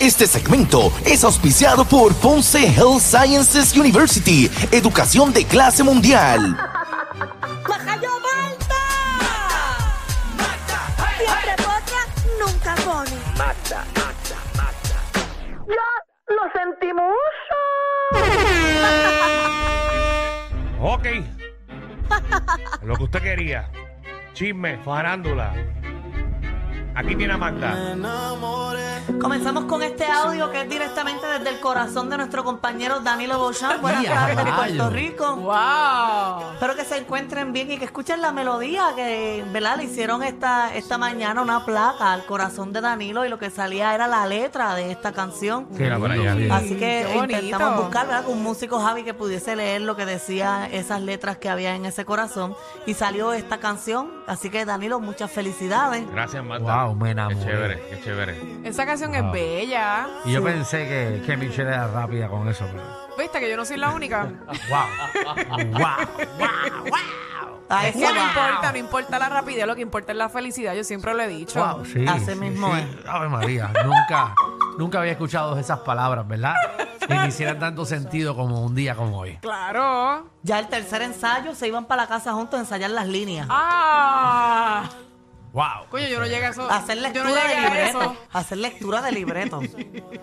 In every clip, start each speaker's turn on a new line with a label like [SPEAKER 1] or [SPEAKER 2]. [SPEAKER 1] Este segmento es auspiciado por Ponce Health Sciences University, educación de clase mundial.
[SPEAKER 2] ¡Majayo Malta! Siempre potra, nunca pone. ¡Ya lo sentimos!
[SPEAKER 3] Ok. Lo que usted quería. Chisme, farándula. Aquí tiene a Magda.
[SPEAKER 4] Comenzamos con este audio que es directamente desde el corazón de nuestro compañero Danilo Beauchamp. Buenas tardes, Puerto Rico. Espero que se encuentren bien y que escuchen la melodía que ¿verdad? le hicieron esta, esta mañana una placa al corazón de Danilo y lo que salía era la letra de esta canción.
[SPEAKER 3] Sí, la para allá.
[SPEAKER 4] Así que
[SPEAKER 5] qué bonito.
[SPEAKER 4] intentamos buscar ¿verdad? un músico Javi que pudiese leer lo que decía esas letras que había en ese corazón y salió esta canción. Así que Danilo, muchas felicidades.
[SPEAKER 3] Gracias, Magda.
[SPEAKER 6] Wow, me
[SPEAKER 3] Qué
[SPEAKER 6] enamoré.
[SPEAKER 3] chévere, qué chévere.
[SPEAKER 5] Esa canción
[SPEAKER 6] Wow.
[SPEAKER 5] es bella.
[SPEAKER 6] Y yo pensé que, que Michelle era rápida con eso, pero.
[SPEAKER 5] Viste que yo no soy la única.
[SPEAKER 6] ¡Wow! ¡Wow! ¡Wow!
[SPEAKER 4] A este
[SPEAKER 5] Es
[SPEAKER 4] eso
[SPEAKER 5] que no
[SPEAKER 4] va.
[SPEAKER 5] importa, no importa la rapidez, lo que importa es la felicidad. Yo siempre lo he dicho.
[SPEAKER 6] ¡Wow! Sí.
[SPEAKER 4] Así
[SPEAKER 6] sí,
[SPEAKER 4] mismo
[SPEAKER 6] sí. Ave María, nunca, nunca había escuchado esas palabras, ¿verdad? Y me hicieran tanto sentido como un día como hoy.
[SPEAKER 5] Claro.
[SPEAKER 4] Ya el tercer ensayo se iban para la casa juntos a ensayar las líneas.
[SPEAKER 5] Ah.
[SPEAKER 6] ¡Wow!
[SPEAKER 5] Coño, yo no llegué a eso.
[SPEAKER 4] A Hacer
[SPEAKER 5] yo no
[SPEAKER 4] lectura
[SPEAKER 5] llegué
[SPEAKER 4] de
[SPEAKER 5] a
[SPEAKER 4] libreto.
[SPEAKER 5] eso.
[SPEAKER 4] Hacer lectura de libreto.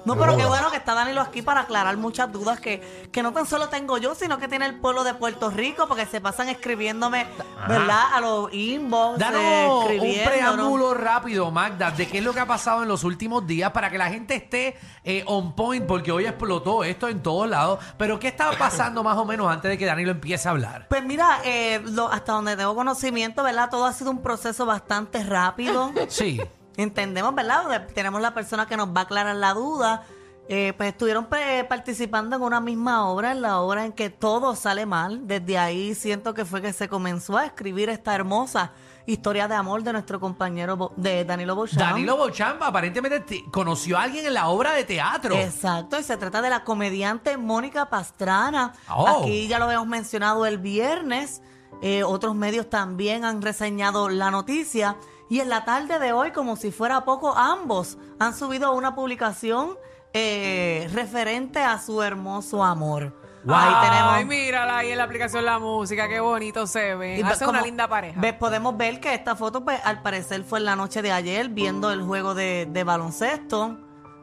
[SPEAKER 4] No, pero qué bueno que está Danilo aquí para aclarar muchas dudas que, que no tan solo tengo yo, sino que tiene el pueblo de Puerto Rico, porque se pasan escribiéndome, ¿verdad? A los inbox, eh,
[SPEAKER 6] Danos un
[SPEAKER 4] escribiéndonos.
[SPEAKER 6] preámbulo rápido, Magda, de qué es lo que ha pasado en los últimos días para que la gente esté eh, on point, porque hoy explotó esto en todos lados. Pero, ¿qué estaba pasando más o menos antes de que Danilo empiece a hablar?
[SPEAKER 4] Pues mira, eh, lo- hasta donde tengo conocimiento, ¿verdad? Todo ha sido un proceso bastante rápido.
[SPEAKER 6] Sí.
[SPEAKER 4] Entendemos, ¿verdad? Porque tenemos la persona que nos va a aclarar la duda. Eh, pues estuvieron pe- participando en una misma obra, en la obra en que todo sale mal. Desde ahí siento que fue que se comenzó a escribir esta hermosa historia de amor de nuestro compañero Bo- de Danilo Beauchamp.
[SPEAKER 6] Danilo Bochampa aparentemente te- conoció a alguien en la obra de teatro.
[SPEAKER 4] Exacto, y se trata de la comediante Mónica Pastrana.
[SPEAKER 6] Oh.
[SPEAKER 4] Aquí ya lo habíamos mencionado el viernes. eh, otros medios también han reseñado la noticia. Y en la tarde de hoy, como si fuera poco, ambos han subido una publicación eh, referente a su hermoso amor.
[SPEAKER 6] Wow.
[SPEAKER 4] Ahí tenemos.
[SPEAKER 5] Ay, mírala ahí en la aplicación la música, qué bonito se ve.
[SPEAKER 4] Y
[SPEAKER 5] Hace
[SPEAKER 4] como-
[SPEAKER 5] una linda pareja.
[SPEAKER 4] ves, podemos ver que esta foto, pues, al parecer fue en la noche de ayer, viendo el juego de, de baloncesto.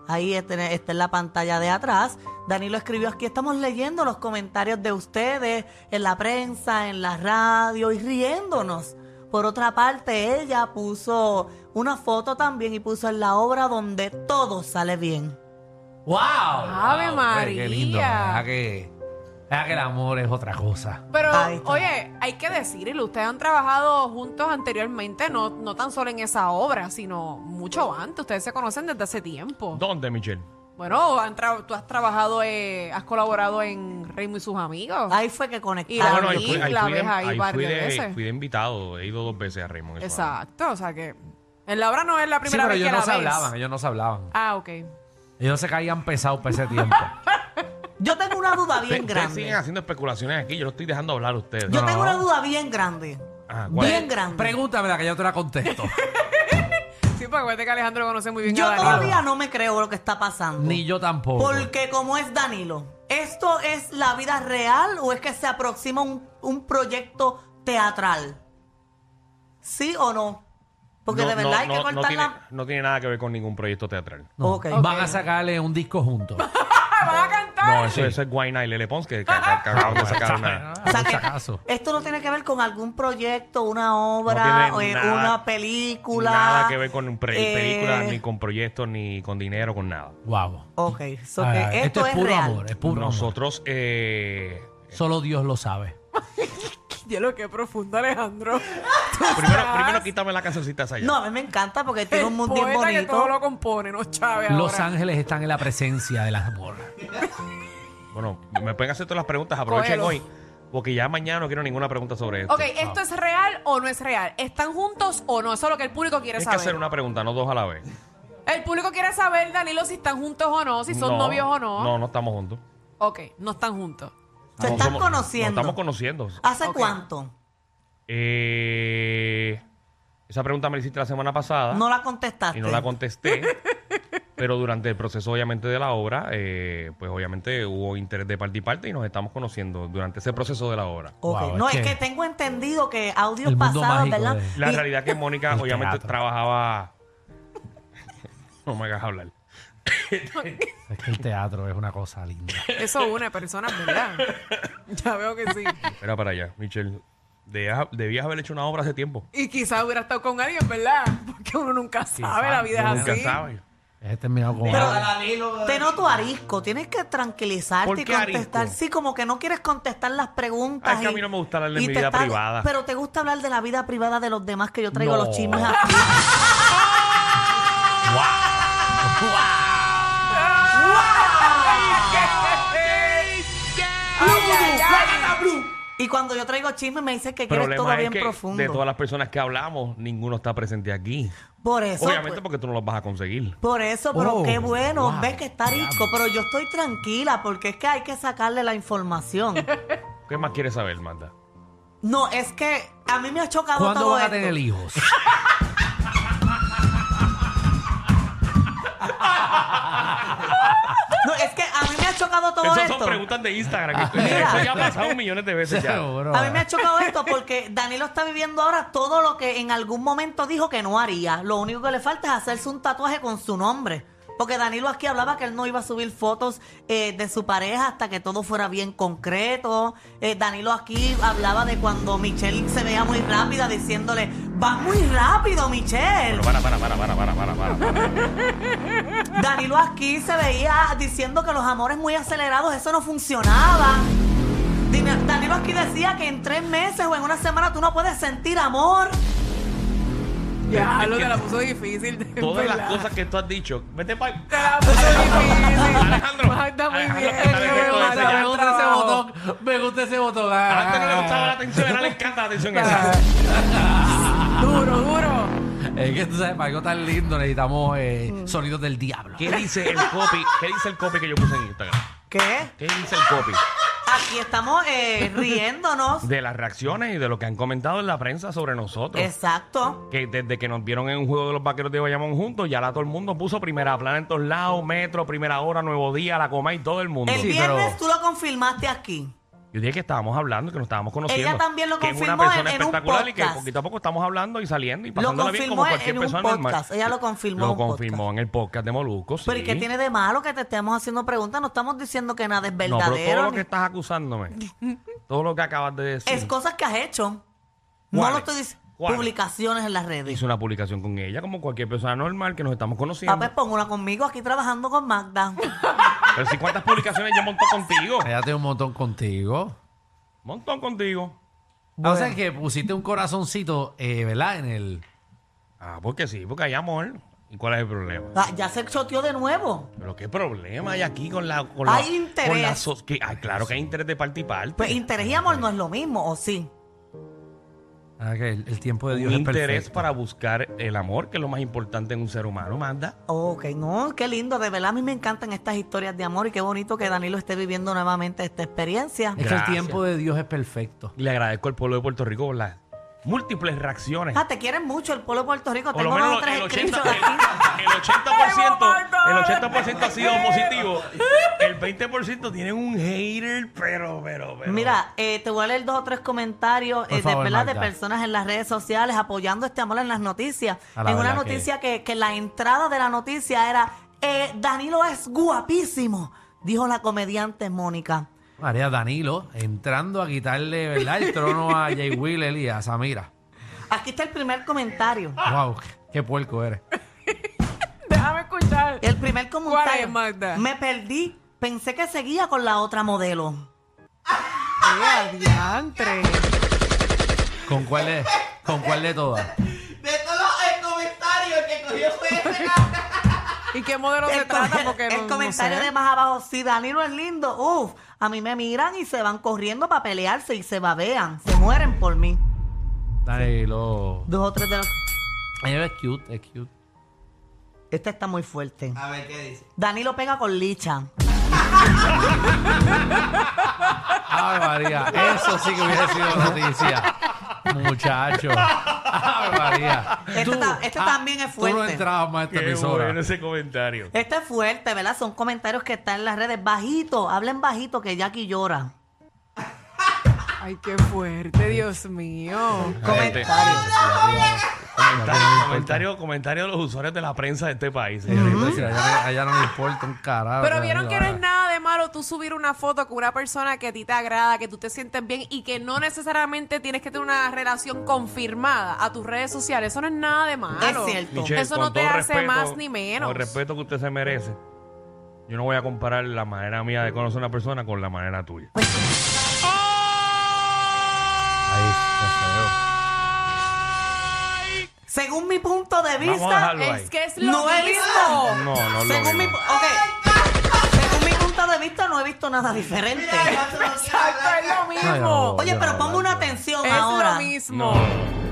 [SPEAKER 4] Ahí está está en la pantalla de atrás. Danilo escribió aquí, estamos leyendo los comentarios de ustedes en la prensa, en la radio y riéndonos. Por otra parte, ella puso una foto también y puso en la obra donde todo sale bien.
[SPEAKER 6] ¡Wow!
[SPEAKER 5] Ave
[SPEAKER 6] Wow, hombre,
[SPEAKER 5] María.
[SPEAKER 6] ¡Qué lindo! la verdad que, la verdad que el amor es otra cosa.
[SPEAKER 5] Pero,
[SPEAKER 4] Ahí está.
[SPEAKER 5] oye, hay que decirlo, ustedes han trabajado juntos anteriormente, no, no tan solo en esa obra, sino mucho antes. Ustedes se conocen desde hace tiempo.
[SPEAKER 3] ¿Dónde, Michelle?
[SPEAKER 5] Bueno, han tra- tú has trabajado, eh, has colaborado en Reimo y sus amigos.
[SPEAKER 4] Ahí fue que
[SPEAKER 5] Ah,
[SPEAKER 4] conectaron.
[SPEAKER 5] bueno, ahí fue- la ves ahí varias
[SPEAKER 3] fui, de,
[SPEAKER 5] veces.
[SPEAKER 3] fui de invitado. He ido dos veces a Raymond. eso
[SPEAKER 5] Exacto, o sea que en la obra no es la
[SPEAKER 6] Sí,
[SPEAKER 5] primera
[SPEAKER 6] pero
[SPEAKER 5] vez
[SPEAKER 6] ellos
[SPEAKER 5] que
[SPEAKER 6] no
[SPEAKER 5] la
[SPEAKER 6] se
[SPEAKER 5] ves.
[SPEAKER 6] hablaban, ellos no se hablaban.
[SPEAKER 5] Ah, ok.
[SPEAKER 6] Ellos se caían pesados para ese tiempo.
[SPEAKER 4] Yo tengo una duda
[SPEAKER 3] es. Ustedes-
[SPEAKER 4] bien
[SPEAKER 3] Ustedes siguen
[SPEAKER 4] grande.
[SPEAKER 3] haciendo especulaciones aquí. Yo lo estoy dejando hablar a ustedes.
[SPEAKER 4] Yo
[SPEAKER 3] No,
[SPEAKER 4] tengo
[SPEAKER 3] no.
[SPEAKER 4] una duda bien grande.
[SPEAKER 3] Ah, ¿cuál es?
[SPEAKER 4] Bien grande.
[SPEAKER 6] Pregúntamela que yo te la contesto.
[SPEAKER 5] Sí, porque acuérdate que Alejandro conoce muy bien a
[SPEAKER 4] Yo
[SPEAKER 5] Danilo.
[SPEAKER 4] todavía no me creo lo que está pasando.
[SPEAKER 6] Ni yo tampoco.
[SPEAKER 4] Porque como es Danilo, ¿esto es la vida real o es que se aproxima un, un proyecto teatral? ¿Sí o no? Porque
[SPEAKER 3] No,
[SPEAKER 4] de verdad
[SPEAKER 3] no,
[SPEAKER 4] hay que
[SPEAKER 3] no-
[SPEAKER 4] cortar
[SPEAKER 3] no tiene,
[SPEAKER 4] la...
[SPEAKER 3] no tiene nada que ver con ningún proyecto teatral.
[SPEAKER 6] No,
[SPEAKER 4] Ok.
[SPEAKER 6] Van a sacarle un disco juntos.
[SPEAKER 5] Ah, ¿Vas a cantar?
[SPEAKER 3] No, eso, eso es Guayna y Lele Pons que, que- que acababan de sacar una.
[SPEAKER 4] O sea
[SPEAKER 6] Por
[SPEAKER 4] que
[SPEAKER 6] si acaso.
[SPEAKER 4] esto no tiene que ver con algún proyecto, una
[SPEAKER 3] No
[SPEAKER 4] obra,
[SPEAKER 3] tiene
[SPEAKER 4] o, eh,
[SPEAKER 3] nada-
[SPEAKER 4] una película.
[SPEAKER 3] Nada que ver con un pre-
[SPEAKER 4] eh,
[SPEAKER 3] películas, ni con proyectos, ni con dinero, con nada.
[SPEAKER 6] Wow.
[SPEAKER 4] Ok, so
[SPEAKER 6] Ah,
[SPEAKER 4] que esto, es
[SPEAKER 6] puro
[SPEAKER 4] real.
[SPEAKER 6] amor, es puro amor.
[SPEAKER 3] Nosotros, eh,
[SPEAKER 6] Solo Dios lo sabe.
[SPEAKER 5] Diablo, qué profundo, Alejandro. Tú
[SPEAKER 3] Primero,
[SPEAKER 5] estás-
[SPEAKER 3] primero quítame la cancioncita esa ya.
[SPEAKER 4] No, a mí me encanta porque tiene
[SPEAKER 5] el
[SPEAKER 4] un mundo bien
[SPEAKER 5] poeta que todo
[SPEAKER 4] bonito.
[SPEAKER 5] lo compone, no Chávez.
[SPEAKER 6] Los
[SPEAKER 5] ahora.
[SPEAKER 6] ángeles están en la presencia del amor.
[SPEAKER 3] Bueno, me pueden hacer todas las preguntas. Aprovechen
[SPEAKER 5] Cógelo.
[SPEAKER 3] hoy. Porque ya mañana no quiero ninguna pregunta sobre esto.
[SPEAKER 5] Ok, ¿esto es real o no es real? ¿Están juntos o no? Eso es lo que el público quiere
[SPEAKER 3] Tienes que
[SPEAKER 5] saber.
[SPEAKER 3] hacer una pregunta, no dos a la vez.
[SPEAKER 5] El público quiere saber, Danilo, si están juntos o no, si son
[SPEAKER 3] No,
[SPEAKER 5] novios o no.
[SPEAKER 3] No, no estamos juntos.
[SPEAKER 5] Ok, no están juntos.
[SPEAKER 4] Se
[SPEAKER 3] No
[SPEAKER 4] están
[SPEAKER 3] somos- Nos
[SPEAKER 4] conociendo.
[SPEAKER 3] estamos conociendo.
[SPEAKER 4] ¿Hace
[SPEAKER 5] Ok.
[SPEAKER 4] cuánto?
[SPEAKER 3] Eh, esa pregunta me la hiciste la semana pasada.
[SPEAKER 4] No la contestaste.
[SPEAKER 3] ¿Ah? y no la contesté. pero durante el proceso, obviamente, de la obra, eh, pues obviamente hubo interés de parte y parte y nos estamos conociendo durante ese proceso de la obra.
[SPEAKER 4] Ok.
[SPEAKER 6] Wow,
[SPEAKER 4] no,
[SPEAKER 6] es
[SPEAKER 4] es
[SPEAKER 6] que-
[SPEAKER 4] que tengo entendido que audios
[SPEAKER 6] El mundo
[SPEAKER 4] pasados,
[SPEAKER 6] mágico
[SPEAKER 4] ¿verdad?
[SPEAKER 6] de-
[SPEAKER 3] La
[SPEAKER 4] Y-
[SPEAKER 3] realidad que Mónica,
[SPEAKER 6] El
[SPEAKER 3] obviamente,
[SPEAKER 6] teatro.
[SPEAKER 3] trabajaba. no me hagas hablar.
[SPEAKER 6] Es que el teatro es una cosa linda.
[SPEAKER 5] Eso une personas, ¿verdad? ya veo que sí.
[SPEAKER 3] Era para allá, Michelle. Deja- debías haber hecho una obra hace tiempo.
[SPEAKER 5] Y quizás hubiera estado con alguien, ¿verdad? Porque uno nunca sabe, la vida
[SPEAKER 3] Uno
[SPEAKER 5] es
[SPEAKER 3] nunca
[SPEAKER 5] así.
[SPEAKER 3] sabe.
[SPEAKER 6] Es este terminado con
[SPEAKER 4] Pero
[SPEAKER 6] algo.
[SPEAKER 4] te noto arisco, tienes que
[SPEAKER 3] ¿Por
[SPEAKER 4] tranquilizarte y
[SPEAKER 3] qué
[SPEAKER 4] contestar.
[SPEAKER 3] arisco?
[SPEAKER 4] Sí, como que no quieres contestar las preguntas.
[SPEAKER 3] Ah, es que a
[SPEAKER 4] y-
[SPEAKER 3] mí no me gusta hablar de
[SPEAKER 4] y
[SPEAKER 3] mi
[SPEAKER 4] te
[SPEAKER 3] vida privada.
[SPEAKER 4] Pero te gusta hablar de la vida privada de los demás que yo traigo
[SPEAKER 6] No.
[SPEAKER 4] los chismes aquí. Y cuando yo traigo chismes me dices que
[SPEAKER 3] El
[SPEAKER 4] quieres todo
[SPEAKER 3] problema es
[SPEAKER 4] bien
[SPEAKER 3] que
[SPEAKER 4] profundo.
[SPEAKER 3] de todas las personas que hablamos, ninguno está presente aquí.
[SPEAKER 4] Por eso.
[SPEAKER 3] obviamente
[SPEAKER 4] pues,
[SPEAKER 3] porque tú no los vas a conseguir.
[SPEAKER 4] Por eso, pero
[SPEAKER 6] Oh,
[SPEAKER 4] qué bueno,
[SPEAKER 6] wow.
[SPEAKER 4] ves que está rico, pero yo estoy tranquila porque es que hay que sacarle la información.
[SPEAKER 3] ¿Qué más quieres saber, Manda?
[SPEAKER 4] No, es que a mí me ha chocado
[SPEAKER 6] ¿Cuándo
[SPEAKER 4] todo
[SPEAKER 6] van a
[SPEAKER 4] esto.
[SPEAKER 6] tener hijos?
[SPEAKER 4] No, es que a mí me ha chocado todo
[SPEAKER 3] Esas
[SPEAKER 4] esto.
[SPEAKER 3] son preguntas de Instagram. que-
[SPEAKER 4] Mira.
[SPEAKER 3] Eso ya ha pasado millones de veces ya.
[SPEAKER 6] Seguro.
[SPEAKER 4] A mí me ha chocado esto porque Danilo está viviendo ahora todo lo que en algún momento dijo que no haría. Lo único que le falta es hacerse un tatuaje con su nombre. Porque Danilo aquí hablaba que él no iba a subir fotos eh, de su pareja hasta que todo fuera bien concreto. Eh, Danilo aquí hablaba de cuando Michelle se veía muy rápida diciéndole, va muy rápido Michelle.
[SPEAKER 3] Pero para, para, para, para, para, para, para, para.
[SPEAKER 4] Danilo aquí se veía diciendo que los amores muy acelerados, eso no funcionaba. Dime, Danilo aquí decía que en tres meses o en una semana tú no puedes sentir amor.
[SPEAKER 5] Ya, lo que la puso difícil. de
[SPEAKER 3] Todas
[SPEAKER 5] verdad.
[SPEAKER 3] las cosas que tú has dicho. Vete para.
[SPEAKER 5] Te la puso difícil.
[SPEAKER 3] Alejandro,
[SPEAKER 5] Magda, muy
[SPEAKER 3] Alejandro,
[SPEAKER 5] bien.
[SPEAKER 3] está
[SPEAKER 5] qué
[SPEAKER 3] defecto de
[SPEAKER 5] buen
[SPEAKER 3] ese, ya
[SPEAKER 6] me
[SPEAKER 5] trabajo.
[SPEAKER 6] gusta ese botón. Me gusta ese botón. Ah.
[SPEAKER 3] Antes no le gustaba la atención, ahora le encanta la atención esa.
[SPEAKER 5] Duro, duro.
[SPEAKER 6] Es que tú sabes, para algo tan lindo necesitamos eh, sonidos del diablo.
[SPEAKER 3] Mm. ¿Qué dice el copy? ¿Qué dice el copy que yo puse en Instagram?
[SPEAKER 4] ¿Qué?
[SPEAKER 3] ¿Qué dice el copy?
[SPEAKER 4] Aquí estamos eh, riéndonos.
[SPEAKER 3] De las reacciones y de lo que han comentado en la prensa sobre nosotros.
[SPEAKER 4] Exacto.
[SPEAKER 3] Que desde que nos vieron en un juego de los vaqueros de Bayamón juntos, ya la todo el mundo puso primera plana en todos lados, metro, primera hora, nuevo día, la coma y todo el mundo.
[SPEAKER 4] El
[SPEAKER 6] Sí,
[SPEAKER 4] viernes
[SPEAKER 6] pero-
[SPEAKER 4] tú lo confirmaste aquí.
[SPEAKER 3] Yo dije que estábamos hablando, que nos estábamos conociendo.
[SPEAKER 4] Ella también lo
[SPEAKER 3] que es una
[SPEAKER 4] confirmó
[SPEAKER 3] persona
[SPEAKER 4] en- en un
[SPEAKER 3] espectacular y que
[SPEAKER 4] podcast.
[SPEAKER 3] poquito a poco estamos hablando y saliendo y
[SPEAKER 4] Lo
[SPEAKER 3] pasándola bien
[SPEAKER 4] confirmó
[SPEAKER 3] como
[SPEAKER 4] en-
[SPEAKER 3] cualquier
[SPEAKER 4] en un
[SPEAKER 3] persona normal.
[SPEAKER 4] podcast. Ella lo confirmó en
[SPEAKER 3] Lo
[SPEAKER 4] un podcast.
[SPEAKER 3] confirmó en el podcast de Molusco. Sí.
[SPEAKER 4] Pero ¿y qué tiene de malo que te estemos haciendo preguntas? No estamos diciendo que nada es
[SPEAKER 3] No, pero todo
[SPEAKER 4] verdadero.
[SPEAKER 3] lo
[SPEAKER 4] ni-
[SPEAKER 3] que estás acusándome, todo lo que acabas de decir.
[SPEAKER 4] Es cosas que has hecho. No
[SPEAKER 3] ¿Cuáles?
[SPEAKER 4] lo estoy diciendo.
[SPEAKER 3] ¿Cuáles?
[SPEAKER 4] Publicaciones en las redes.
[SPEAKER 3] Hice una publicación con ella, como cualquier persona normal que nos estamos conociendo.
[SPEAKER 4] Papá, pon una conmigo aquí trabajando con Magda.
[SPEAKER 3] Pero si cuántas publicaciones yo monto contigo.
[SPEAKER 6] Cállate un montón contigo.
[SPEAKER 3] Montón contigo.
[SPEAKER 6] O sea, que pusiste un corazoncito, eh, ¿verdad? En el...
[SPEAKER 3] Ah, porque sí, porque hay amor. ¿Y cuál es el problema?
[SPEAKER 4] Ah, ya se choteó de nuevo.
[SPEAKER 3] Pero qué problema hay aquí con la... Con la-
[SPEAKER 4] Hay interés.
[SPEAKER 3] con la so- que- ay, claro que hay interés de parte y parte.
[SPEAKER 4] Pues interés y amor no es lo mismo, ¿o sí?
[SPEAKER 6] Ah, que el, el tiempo de
[SPEAKER 3] Un
[SPEAKER 6] Dios es
[SPEAKER 3] interés
[SPEAKER 6] perfecto.
[SPEAKER 3] para buscar el amor, que es lo más importante en un ser humano, manda.
[SPEAKER 4] Oh, Ok, no, qué lindo. De verdad, a mí me encantan estas historias de amor y qué bonito que Danilo esté viviendo nuevamente esta experiencia.
[SPEAKER 6] Es
[SPEAKER 3] Gracias.
[SPEAKER 6] que el tiempo de Dios es perfecto.
[SPEAKER 3] Y le agradezco al pueblo de Puerto Rico por las múltiples reacciones.
[SPEAKER 4] Ah, te quieren mucho el pueblo de Puerto Rico.
[SPEAKER 3] Por lo
[SPEAKER 4] Tengo dos o
[SPEAKER 3] menos
[SPEAKER 4] tres
[SPEAKER 3] el 80%,
[SPEAKER 4] escritos aquí.
[SPEAKER 3] el, el 80%, el 80 ha sido
[SPEAKER 5] Ay,
[SPEAKER 3] positivo. El 20% tienen un hater, pero, pero, pero.
[SPEAKER 4] Mira, eh, te voy a leer dos o tres comentarios
[SPEAKER 6] Por
[SPEAKER 4] eh,
[SPEAKER 6] favor,
[SPEAKER 4] de, ¿verdad? de
[SPEAKER 6] Magda.
[SPEAKER 4] personas en las redes sociales apoyando este amor en las noticias.
[SPEAKER 6] A la
[SPEAKER 4] En una
[SPEAKER 6] verdad que-
[SPEAKER 4] noticia que... Que, la entrada de la noticia era, eh, Danilo es guapísimo, dijo la comediante Mónica.
[SPEAKER 6] María Danilo entrando a quitarle, ¿verdad? El trono a Jay Wheeler y a Samira.
[SPEAKER 4] Aquí está el primer comentario.
[SPEAKER 3] Ah.
[SPEAKER 6] Wow, qué puerco eres.
[SPEAKER 5] Déjame escuchar.
[SPEAKER 4] El primer comentario.
[SPEAKER 5] ¿Cuál es, Magda?
[SPEAKER 4] Me perdí. Pensé que seguía con la otra modelo.
[SPEAKER 5] Ay, adiantre.
[SPEAKER 6] ¿Con cuál de, con cuál de todas?
[SPEAKER 7] De todos los eh, comentarios que cogió fue ese cabrón.
[SPEAKER 5] ¿Y qué modelo se
[SPEAKER 4] El,
[SPEAKER 5] trata?
[SPEAKER 4] com-
[SPEAKER 5] Porque
[SPEAKER 4] el
[SPEAKER 5] no- no
[SPEAKER 4] comentario
[SPEAKER 5] sé.
[SPEAKER 4] de más abajo, si Danilo es lindo, uff, a mí me miran y se van corriendo para pelearse y se babean, se mueren por mí.
[SPEAKER 6] Danilo.
[SPEAKER 4] Dos o tres de los...
[SPEAKER 6] Danilo es cute, es cute.
[SPEAKER 4] Este está muy fuerte.
[SPEAKER 7] A ver qué dice.
[SPEAKER 4] Danilo pega con licha.
[SPEAKER 6] Ay, María, eso sí que hubiera sido noticia. Muchacho. Ay, María.
[SPEAKER 4] Este
[SPEAKER 6] Tú- ah,
[SPEAKER 4] ta-
[SPEAKER 5] ah,
[SPEAKER 4] este también es
[SPEAKER 6] Tú no
[SPEAKER 4] fuerte.
[SPEAKER 6] entrabas más a esta
[SPEAKER 3] Qué
[SPEAKER 6] emisora.
[SPEAKER 3] bueno ese comentario.
[SPEAKER 4] Este es fuerte, ¿verdad? Son comentarios que están en las redes. Bajito, hablen bajito que Jackie llora.
[SPEAKER 5] Ay, qué fuerte, Dios mío.
[SPEAKER 3] Comentario. Comentario, comentario, comentario de los usuarios de la prensa de este país.
[SPEAKER 6] Yo
[SPEAKER 3] señores.
[SPEAKER 6] le iba a decir, pues, A ella, a ella no le importa un carajo.
[SPEAKER 5] Pero vieron que no es
[SPEAKER 6] nada.
[SPEAKER 5] nada de malo tú subir una foto con una persona que a ti te agrada, que tú te sientes bien y que no necesariamente tienes que tener una relación confirmada a tus redes sociales. Eso no es nada de malo.
[SPEAKER 4] Es cierto.
[SPEAKER 3] Michelle,
[SPEAKER 5] Eso
[SPEAKER 3] con
[SPEAKER 5] no te
[SPEAKER 3] todo
[SPEAKER 5] hace
[SPEAKER 3] respeto,
[SPEAKER 5] más ni menos.
[SPEAKER 3] Con el respeto que usted se merece, yo no voy a comparar la manera mía de conocer a una persona con la manera tuya.
[SPEAKER 5] Pues,
[SPEAKER 6] Ay,
[SPEAKER 4] Según mi punto de
[SPEAKER 3] Vamos a
[SPEAKER 4] vista,
[SPEAKER 3] dejarlo ahí.
[SPEAKER 5] Es que es lo
[SPEAKER 4] no he
[SPEAKER 5] mismo.
[SPEAKER 4] visto.
[SPEAKER 3] No, no es lo
[SPEAKER 4] Según mi,
[SPEAKER 3] mismo.
[SPEAKER 4] ok. Según mi punto de vista, no he visto nada diferente.
[SPEAKER 7] Mira, Alejandro no quiere
[SPEAKER 5] Exacto,
[SPEAKER 7] hablar.
[SPEAKER 5] es lo
[SPEAKER 6] Ay, no.
[SPEAKER 5] mismo.
[SPEAKER 4] Oye, pero ponme una atención ahora.
[SPEAKER 5] Es lo mismo.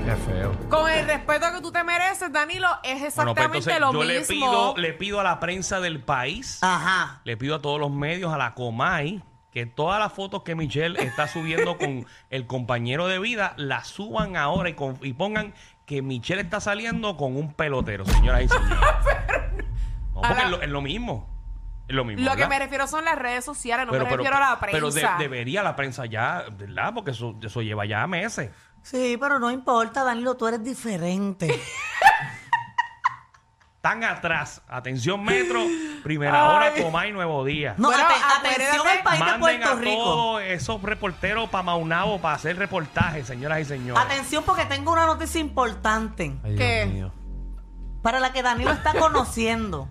[SPEAKER 6] qué feo.
[SPEAKER 5] Con el respeto que tú te mereces, Danilo, es
[SPEAKER 3] Bueno, pues
[SPEAKER 5] exactamente
[SPEAKER 3] entonces
[SPEAKER 5] lo
[SPEAKER 3] yo
[SPEAKER 5] mismo. Ah.
[SPEAKER 3] le pido, le pido a la prensa del país,
[SPEAKER 4] Ajá.
[SPEAKER 3] le pido a todos los medios, a la Comay, que todas las fotos que Michelle está subiendo con el compañero de vida, las suban ahora y, con- y pongan que Michelle está saliendo con un pelotero, señoras y señores. No, porque
[SPEAKER 5] A la-
[SPEAKER 3] es, lo, es lo mismo. Es lo mismo.
[SPEAKER 5] Lo que
[SPEAKER 3] ¿verdad?
[SPEAKER 5] me refiero son las redes sociales, no me refiero a la prensa.
[SPEAKER 3] pero de- debería la prensa ya, ¿verdad? Porque eso, eso lleva ya meses.
[SPEAKER 4] Sí, pero no importa, Danilo, tú eres diferente.
[SPEAKER 3] Tan atrás. Atención, Metro. Primera hora,
[SPEAKER 5] Ay.
[SPEAKER 3] Comay, Nuevo Día.
[SPEAKER 4] No,
[SPEAKER 5] Bueno,
[SPEAKER 4] ate-
[SPEAKER 5] acuérdate-
[SPEAKER 4] atención al país de
[SPEAKER 3] Manden
[SPEAKER 4] Puerto
[SPEAKER 3] a
[SPEAKER 4] Rico.
[SPEAKER 3] todos esos reporteros para Maunabo para hacer reportajes, señoras y señores.
[SPEAKER 4] Atención porque tengo una noticia importante
[SPEAKER 6] Ay, Dios
[SPEAKER 5] ¿Qué?
[SPEAKER 6] mío.
[SPEAKER 4] para la que Danilo está conociendo.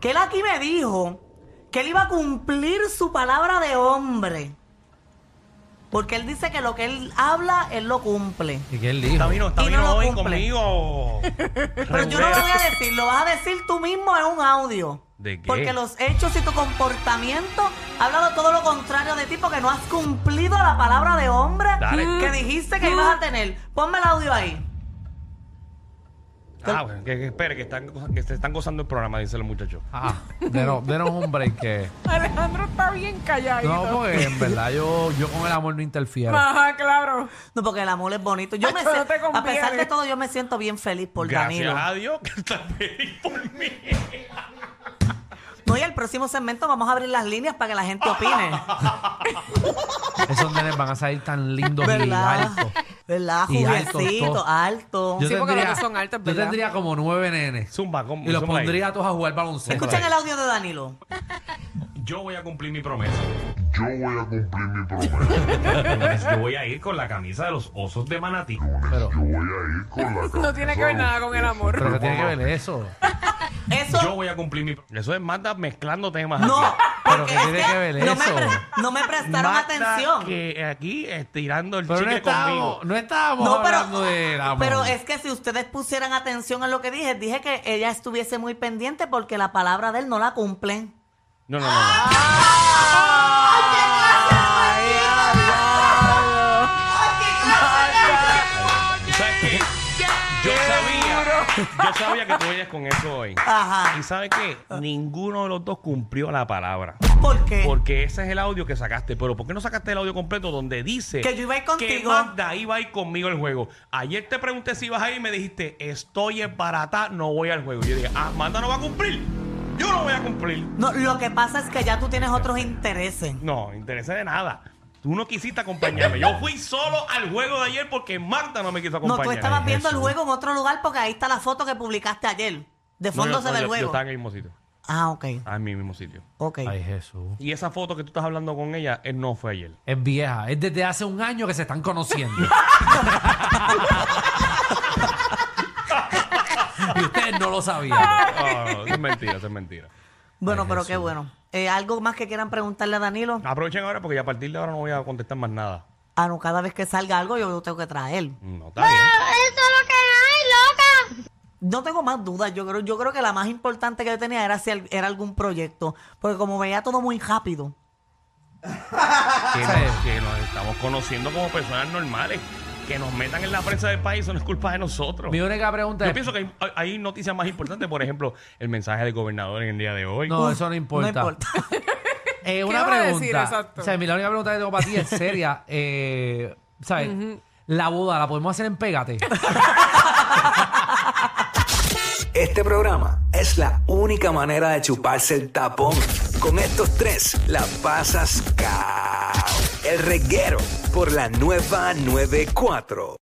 [SPEAKER 4] Que él aquí me dijo que él iba a cumplir su palabra de hombre. Porque él dice que lo que él habla, él lo cumple.
[SPEAKER 6] ¿Y qué él dijo?
[SPEAKER 3] Está vino, está
[SPEAKER 4] Y no
[SPEAKER 3] vino
[SPEAKER 4] lo
[SPEAKER 3] hoy
[SPEAKER 4] cumple.
[SPEAKER 3] conmigo.
[SPEAKER 4] Pero yo no lo voy a decir, lo vas a decir tú mismo en un audio.
[SPEAKER 3] ¿De qué?
[SPEAKER 4] Porque los hechos y tu comportamiento ha hablado todo lo contrario de ti porque no has cumplido la palabra de hombre
[SPEAKER 3] Dale.
[SPEAKER 4] que dijiste que ibas a tener. Ponme el audio ahí.
[SPEAKER 3] Ah, bueno, que, que espere, que, están, que se están gozando el programa, dice el muchacho.
[SPEAKER 6] Ah, denos, denos un break que...
[SPEAKER 5] Alejandro está bien calladito.
[SPEAKER 6] No, porque en verdad yo, yo con el amor no interfiero.
[SPEAKER 5] Ajá, claro.
[SPEAKER 4] No, porque el amor es bonito. Yo me
[SPEAKER 5] Eso no
[SPEAKER 4] siento-
[SPEAKER 5] te conviene.
[SPEAKER 4] a pesar de todo, yo me siento bien feliz por
[SPEAKER 3] Gracias
[SPEAKER 4] Danilo.
[SPEAKER 3] a Dios que está feliz por mí.
[SPEAKER 4] No, y el próximo segmento vamos a abrir las líneas para que la gente opine.
[SPEAKER 6] Esos nenes van a salir tan lindos y
[SPEAKER 4] ¿Verdad?
[SPEAKER 6] altos.
[SPEAKER 4] ¿Verdad?
[SPEAKER 6] Y altos, todos.
[SPEAKER 4] Jubiecito, alto.
[SPEAKER 6] Yo
[SPEAKER 5] Sí, porque los dos son altos,
[SPEAKER 6] yo
[SPEAKER 5] ¿verdad?
[SPEAKER 6] tendría como nueve nenes.
[SPEAKER 3] Zumba, ¿cómo-
[SPEAKER 6] Y los
[SPEAKER 3] zumba ahí?
[SPEAKER 6] pondría a todos a jugar baloncesto.
[SPEAKER 4] Escuchen el audio de Danilo.
[SPEAKER 3] Yo voy a cumplir mi promesa.
[SPEAKER 8] Yo voy a cumplir mi promesa.
[SPEAKER 3] Yo voy a ir con la camisa de los osos de Manatí.
[SPEAKER 6] Pero,
[SPEAKER 8] Yo voy a ir con la camisa.
[SPEAKER 5] No tiene que ver nada con el amor.
[SPEAKER 6] pero que tiene que ver eso.
[SPEAKER 4] Eso
[SPEAKER 3] Yo voy a cumplir mi Eso es Magda mezclando temas. aquí.
[SPEAKER 4] No,
[SPEAKER 6] Pero
[SPEAKER 4] porque
[SPEAKER 6] ¿qué
[SPEAKER 4] es
[SPEAKER 6] tiene que ver
[SPEAKER 4] no, me
[SPEAKER 6] eso?
[SPEAKER 4] pre- no me prestaron
[SPEAKER 3] Magda
[SPEAKER 4] atención.
[SPEAKER 3] Que aquí estirando el
[SPEAKER 6] Pero no
[SPEAKER 3] chicle conmigo.
[SPEAKER 6] estábamos, no estábamos
[SPEAKER 4] No, ah,
[SPEAKER 6] hablando del amor.
[SPEAKER 4] pero es que si ustedes pusieran atención a lo que dije, dije que ella estuviese muy pendiente porque la palabra de él no la cumplen.
[SPEAKER 3] No, no, no. no.
[SPEAKER 4] Ah,
[SPEAKER 3] ¿Tú sabes qué? Yo sabía, yo sabía que tú venías con eso hoy.
[SPEAKER 4] Ajá.
[SPEAKER 3] ¿Y sabes qué?
[SPEAKER 4] Ah.
[SPEAKER 3] Ninguno de los dos cumplió la palabra.
[SPEAKER 4] ¿Por qué?
[SPEAKER 3] Porque ese es el audio que sacaste. Pero ¿por qué no sacaste el audio completo donde dice
[SPEAKER 4] Que yo iba a ir
[SPEAKER 3] que
[SPEAKER 4] contigo.
[SPEAKER 3] Magda iba a ir conmigo al juego? Ayer te pregunté si ibas a ir y me dijiste, estoy en barata, no voy al juego. Y yo dije, ah, Magda no va a cumplir. Yo no voy a cumplir.
[SPEAKER 4] No, lo que pasa es que ya tú tienes otros intereses.
[SPEAKER 3] No, interesa de nada. Tú no quisiste acompañarme. Yo fui solo al juego de ayer porque Magda no me quiso
[SPEAKER 4] No,
[SPEAKER 3] acompañar.
[SPEAKER 4] tú estabas viendo el
[SPEAKER 3] Jesús.
[SPEAKER 4] juego en otro lugar porque ahí está la foto que publicaste ayer. De
[SPEAKER 3] No,
[SPEAKER 4] fondo
[SPEAKER 3] yo-
[SPEAKER 4] se
[SPEAKER 3] no,
[SPEAKER 4] ve
[SPEAKER 3] yo-
[SPEAKER 4] el
[SPEAKER 3] Yo
[SPEAKER 4] juego.
[SPEAKER 3] estaba en el mismo sitio.
[SPEAKER 4] Ah, ok.
[SPEAKER 3] Ah, en mi mismo sitio.
[SPEAKER 4] Ok.
[SPEAKER 6] Ay, Jesús.
[SPEAKER 3] Y esa foto que tú estás hablando con ella, él no fue ayer.
[SPEAKER 6] Es vieja. Es desde hace un año que se están conociendo. y ustedes no lo sabían.
[SPEAKER 3] No, no, no, Ah, eso es mentira, eso es mentira.
[SPEAKER 4] Bueno,
[SPEAKER 6] Ay,
[SPEAKER 4] pero
[SPEAKER 6] Jesús.
[SPEAKER 4] qué bueno. Eh, ¿Algo más que quieran preguntarle a Danilo?
[SPEAKER 3] Aprovechen ahora porque ya a partir de ahora no voy a contestar más nada.
[SPEAKER 4] Ah, no, cada vez que salga algo yo lo tengo que traer.
[SPEAKER 3] No, está bien.
[SPEAKER 2] Eso es lo que hay, loca.
[SPEAKER 4] No tengo más dudas. Yo creo, yo creo que la más importante que yo tenía era si al- era algún proyecto. Porque como veía todo muy rápido.
[SPEAKER 3] Que nos, que nos estamos conociendo como personas normales. Que nos metan en la prensa del país, eso no es culpa de nosotros.
[SPEAKER 6] Mi única pregunta
[SPEAKER 3] Yo
[SPEAKER 6] es...
[SPEAKER 3] pienso que hay, hay noticias más importantes, por ejemplo, el mensaje del gobernador en el día de hoy.
[SPEAKER 6] No, eso no importa.
[SPEAKER 4] No importa.
[SPEAKER 6] Eh, una
[SPEAKER 5] va a
[SPEAKER 6] pregunta.
[SPEAKER 5] decir, exacto?
[SPEAKER 6] O sea, mi- la única pregunta que tengo para ti es seria. Eh, ¿Sabes? La boda, ¿la podemos hacer en Pégate?
[SPEAKER 9] Este programa es la única manera de chuparse el tapón. Con estos tres la pasas cao. El reguero por la nueva 94.